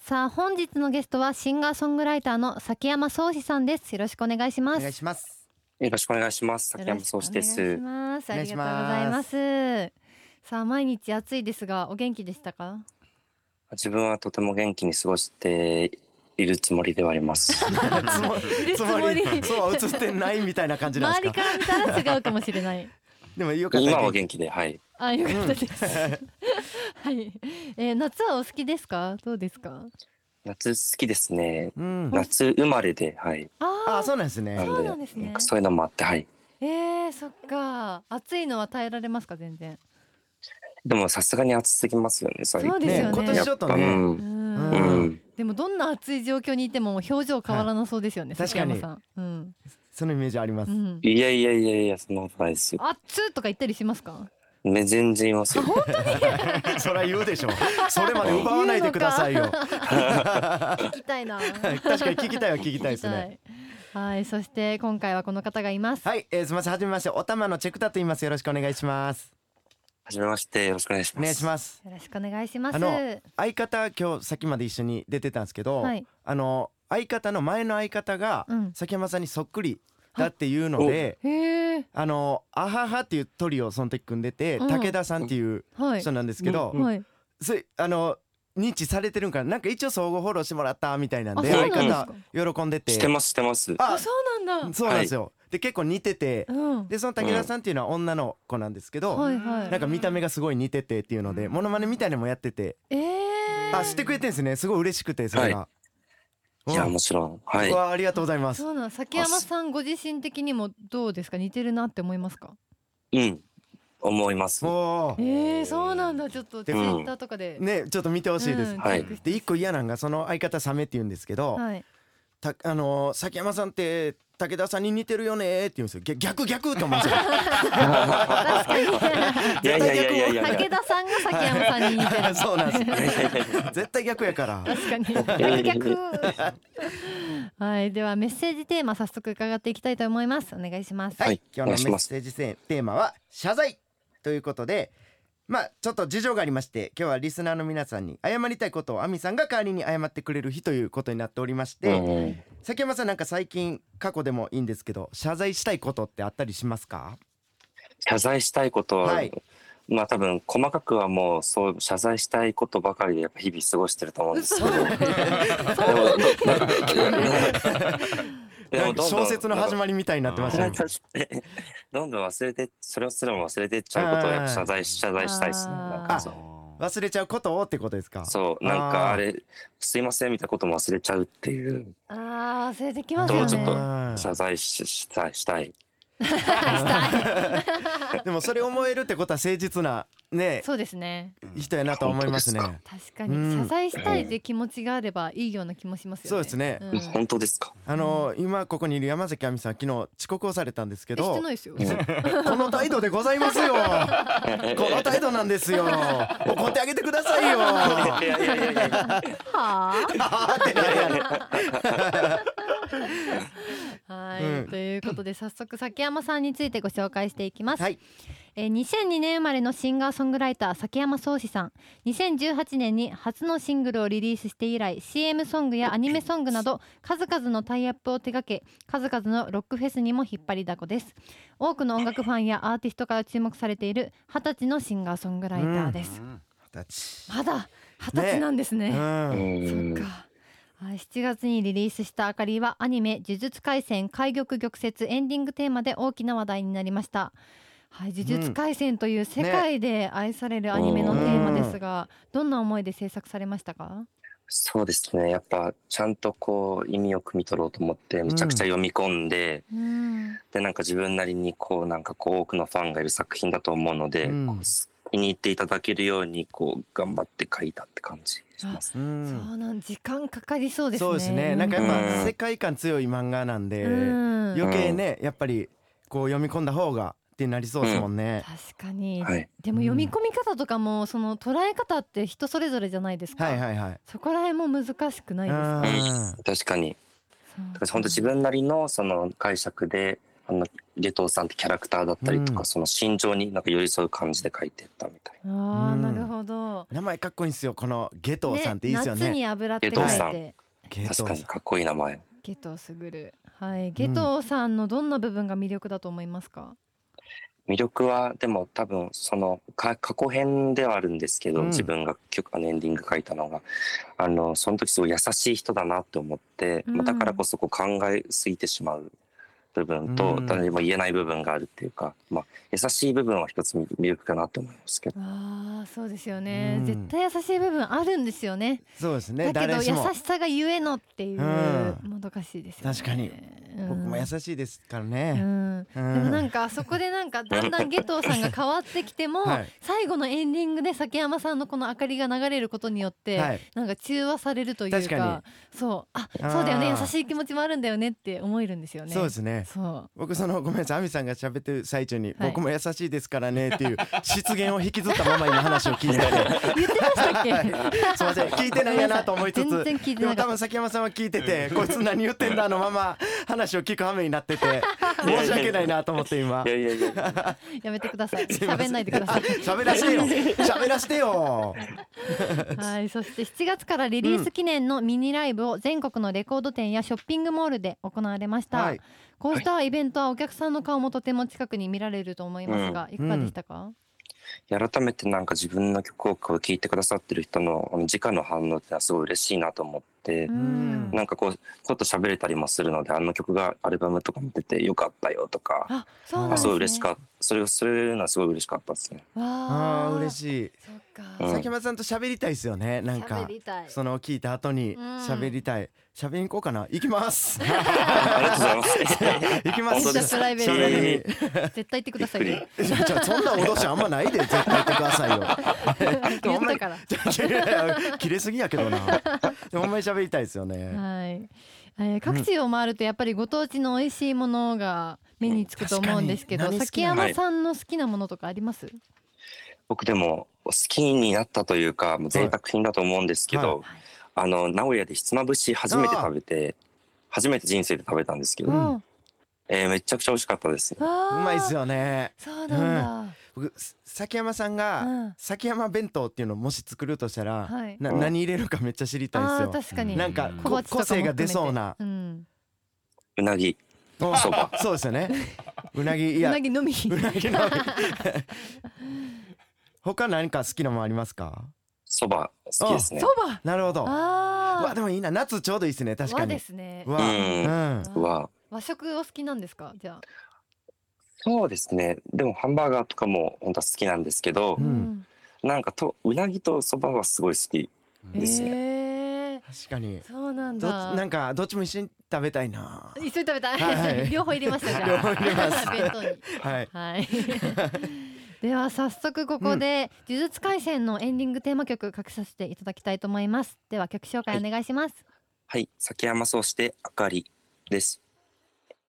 さあ本日のゲストはシンガーソングライターの崎山壮志さんですよろしくお願いしまおす願いします。よろしくお願いします。崎山壮志でよろしすくお。願いしますおあ願りいがしとうごますざいますさあ毎日暑いですがお元気でしたか自分はとても元気に過ごしているつもりではあ ります。つもるつもりそう映ってないみたいな感じなん周でりすか。から見たら違うかもしれないでもよかった。今は元気で、はい。あよかったです、はい、えー、夏はお好きですかどうですか夏好きですね。うん。夏生まれで、はい。あーあ、そうなんですね。そうなんですねなんかそういうのもあって、はい。えー、そっか暑いのは耐えられますか全然でもさすがに暑すぎますよね、最そうですよね今年ちょっとう。ね。うんんう。うんでもどんな暑い状況にいても表情変わらなそうですよね、はい崎山さんうん、そのイメージありまうす。ん、いやいやいやいや、そんなことないですよ。あっつーとか言ったりしますかね、全然いますよ。 それは言うでしょ う。それまで奪わないでくださいよ。聞きたいな聞 確かに聞きたいは聞きたいですね。きたいはいそして今回はこの方がいます、はい、えー、すみません。はじめまして、おたまのチェクタと言います。よろしくお願いします。はじめまして、よろしくお願いしまおす。願いします。よろしくお願いしますあの相方今日先まで一緒に出てたんですけど、はいあの相方の前の相方がうん崎山さんにそっくりだっていうので、へえあのアハハっていうトリをその時組んでて、うん武田さんっていうはい人なんですけど、うんはいそれあの認知されてるんかななんか一応相互フォローしてもらったみたいなんであそう相な方んで喜んでてしてます、してます。ああそうなんだそうなんですよ、で結構似ててうんでその武田さんっていうのは女の子なんですけど、はいはいなんか見た目がすごい似ててっていうのでモノマネみたいなのもやっててえー、あしてくれてんですねすごい嬉しくてそれが、うん。いや、もちろん。はいうわありがとうございますそうなん崎山さんご自身的にもどうですか似てるなって思いますかうん。思います。おーえー、そうなんだちょっとツイッターとかで、ねちょっと見てほしいです、うんはいチェックしてで一個嫌なんがその相方サメって言うんですけ ど、はいたあのー崎山さんって武田さんに似てるよねって言うんですよぎゃ逆逆と思うんですよ 確かにいやいやいやいやいやいや武。田さんが崎山さんに似てるそうなんですいやいやいやいや 絶対逆やから確かに逆はいではメッセージテーマ早速伺っていきたいと思いますお願いしますはい、はい今お願い日しのメッますセージテーマは謝罪ということでまあちょっと事情がありまして今日はリスナーの皆さんに謝りたいことをアミさんが代わりに謝ってくれる日ということになっておりまして、うん崎山さんなんか最近過去でもいいんですけど謝罪したいことってあったりしますか謝罪したいことは、はいまあ多分細かくはもうそう謝罪したいことばかりでやっぱ日々過ごしてると思うんですけどでも なんかなんかでもどんどん小説の始まりみたいになってましたね どんどん忘れてそれすらも忘れてっちゃうことをやっぱ謝罪謝罪したいですねなんかあそう忘れちゃうことをってことですかそうなんかあれすいませんみたいなことも忘れちゃうっていうあー忘れてきますどようちょっとねあー謝罪ししたいしたい でもそれ思えるってことは誠実なねそうですね人やなと思いますね本当確かに、うん謝罪したいって気持ちがあればいいような気もしますよねそうですねん本当ですか あの今ここにいる山崎亜美さん昨日遅刻をされたんですけえしてどないですよ、うんこの態度でございま すよこの態度なんですよ怒ってあげてください よいやいやいやいやはあーってなるやろあ はい、うんということで早速崎山さんについてご紹介していきます、はいえー2002年生まれのシンガーソングライター崎山壮志さん2018年に初のシングルをリリースして以来 CM ソングやアニメソングなど数々のタイアップを手掛け数々のロックフェスにも引っ張りだこです多くの音楽ファンやアーティストから注目されている20歳のシンガーソングライターです、二十まだ20歳なんですね歳うんうんそっか。はい7月にリリースした「あかり」はアニメ「呪術廻戦開玉玉折」エンディングテーマで大きな話題になりました。はい、呪術廻戦という世界で愛されるアニメのテーマですが、どんな思いで制作されましたか？そうですね。やっぱ、ちゃんとこう、意味を汲み取ろうと思って、めちゃくちゃ読み込んで、うん、で、なんか自分なりに、こう、なんかこう、多くのファンがいる作品だと思うので、うんこう好きに入っていただけるように、こう、頑張って書いたって感じします。うんそうなん時間かかりそうですね。そうですねなんかやっうぱん世界観強い漫画なんでうん余計ねやっぱりこう読み込んだ方がってなりそうですもんね確かに、はい。でも読み込み方とかもその捉え方って人それぞれじゃないですか。はいはいはいそこら辺も難しくないですかううんん確かに。そうだから本当自分なりの、その、解釈で、あの下等さんってキャラクターだったりとか、うんその心情になんか寄り添う感じで書いてったみたいああうんなるほど。名前かっこいいんですよこのゲトウさんっていいですよ夏ねに油ってゲ書トいウさんて。ゲなト確ウさかんにかっこいい名前ゲトウすぐる。はい。ゲトウさんのどんな部分が魅力だと思いますか。魅力はでも多分そのか過去編ではあるんですけど、うん自分が曲あのエンディング書いたのがあのその時すごい優しい人だなって思って、うんまあだからこそこう考えすぎてしまう部分と、うん誰にも言えない部分があるっていうか、まあ、優しい部分は一つ魅力かなと思いますけどああそうですよね、うん絶対優しい部分あるんですよね。そうですねだけど誰優しもしさがゆえのっていう、うんもどかしいですよね。確かにうん。僕も優しいですからうね、ん。うでんもなんかそこでなんかだんだんゲトウさんが変わってきて も、はい最後のエンディングで崎山さんのこの明かりが流れることによって、はいなんか中和されるというか確かそうああーそうだよね優しい気持ちもあるんだよねって思えるんですよねそうですねそ僕そのごめんなさい亜美さんが喋ってる最中に、はい僕も優しいですからねっていう失言を引きずったまま今話を聞いたり う言ってましたっけすいません聞いてないやなと思いつつ全然聞いてでもなか多っ分崎山さんは聞いててこいつ何言ってんだのまま話を聞く羽目になって て申し訳ないなと思って今いやいやいやたやめてください すいませ喋んないでください喋らせてよ 喋らせてよはい、そして7月からリリース記念のミニライブを全国のレコード店やショッピングモールで行われました、はいこうしたイベントはお客さんの顔もとても近くに見られると思いますが、いかがでしたか、改めてなんか自分の曲をこう聴いてくださってる人のあの直の反応ってのはすごい嬉しいなと思って、うんなんかこうこと喋れたりもするのであの曲がアルバムとかも出てよかったよとかあ、そうなんあですすごね。い嬉しかったそれがそれいうのはすごい嬉しかったですね。わあー嬉い。しいそっか。うん崎山さんと喋りたいですよねなんか喋りたい。その聞いた後にうん喋りたい喋りに行こう かな行きますありがとうございます。行きます本当ですプライベート喋りにで絶対言ってくださいよ。えじゃあそんな脅しあんまな いで絶対言ってくださいよで言っもほんまたにから。いやいや切れすぎやけどなでもほんまに喋りたいですよねはい。えー、各地を回るとやっぱりご当地の美味しいものが目につくと思うんですけど、確かに何好崎きなの山さんの好きなものとかあります？僕でも好きになったというかもう贅沢品だと思うんですけど、はいあの名古屋でひつまぶし初めて食べて初めて人生で食べたんですけど、んわえーめちゃくちゃ美味しかったです。うあまいっす。よねそうなんだ。僕す崎山さんうがん崎山弁当っていうのをもし作るとしたらはいな何入れるかめっちゃ知りたいああーです確よかに。なんか小こ鉢とか個も含性めてが出そうなうん。うなぎおそばそうですよねうなぎいうやなぎの み。うなぎの他何か好きなもんありますかそば好きですねそ。ば。なるほどうわああ。でもいいな夏ちょうどいいですね確か和でにすね。わうんうんは和食お好きなんですか？じゃあ。そうですねでもハンバーガーとかも本当は好きなんですけど、うんなんかとうなぎとそばはすごい好きですね。ええ確かにそうなんどっだ。ちなんかどっちも一緒に食べたいな一緒に食べたい。はいは い両方入れましたじゃあ。 両方入れます 弁当に。はいはい。 では早速ここで「呪術廻戦」のエンディングテーマ曲書きさせていただきたいと思いますでは曲紹介お願いします、はい、崎山そうしてあかりです。